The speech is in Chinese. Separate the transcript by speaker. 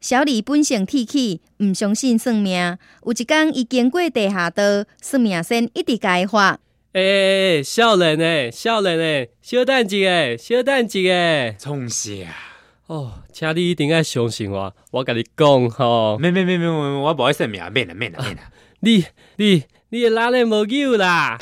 Speaker 1: 小李本性铁齿，毋相信算命。有一天，伊经过地下道，算命先一直甲伊话。
Speaker 2: 诶诶诶，少年诶，少年诶，小等一下，小等一下。
Speaker 3: 创啥？
Speaker 2: 哦，请你一定要相信我，我甲你讲吼，
Speaker 3: 免免免免，我无爱算命，免啦免啦免啦。
Speaker 2: 你你你的拉链无救啦！